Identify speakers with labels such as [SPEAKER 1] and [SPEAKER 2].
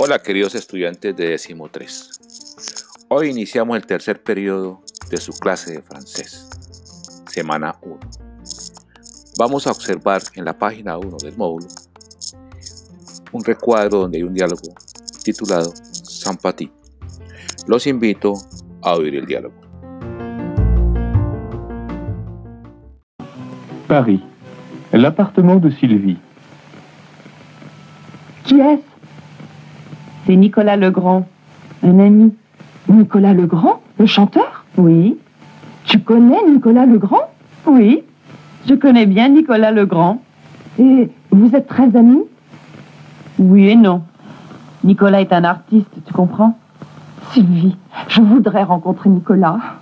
[SPEAKER 1] Hola queridos estudiantes de décimo 3. Hoy iniciamos el tercer periodo de su clase de francés, semana 1. Vamos a observar en la página 1 del módulo un recuadro donde hay un diálogo titulado Sampati. Los invito a oír el diálogo.
[SPEAKER 2] Paris. L'appartement de Sylvie.
[SPEAKER 3] Qui est-ce
[SPEAKER 4] C'est Nicolas Legrand,
[SPEAKER 3] Un ami.
[SPEAKER 4] Nicolas Legrand,
[SPEAKER 3] Le chanteur
[SPEAKER 4] oui,
[SPEAKER 3] Tu connais Nicolas Legrand
[SPEAKER 4] oui. Je connais bien Nicolas Legrand,
[SPEAKER 3] Et vous êtes très amis
[SPEAKER 4] oui et non. Nicolas est un artiste, tu comprends
[SPEAKER 3] Sylvie, je voudrais rencontrer Nicolas.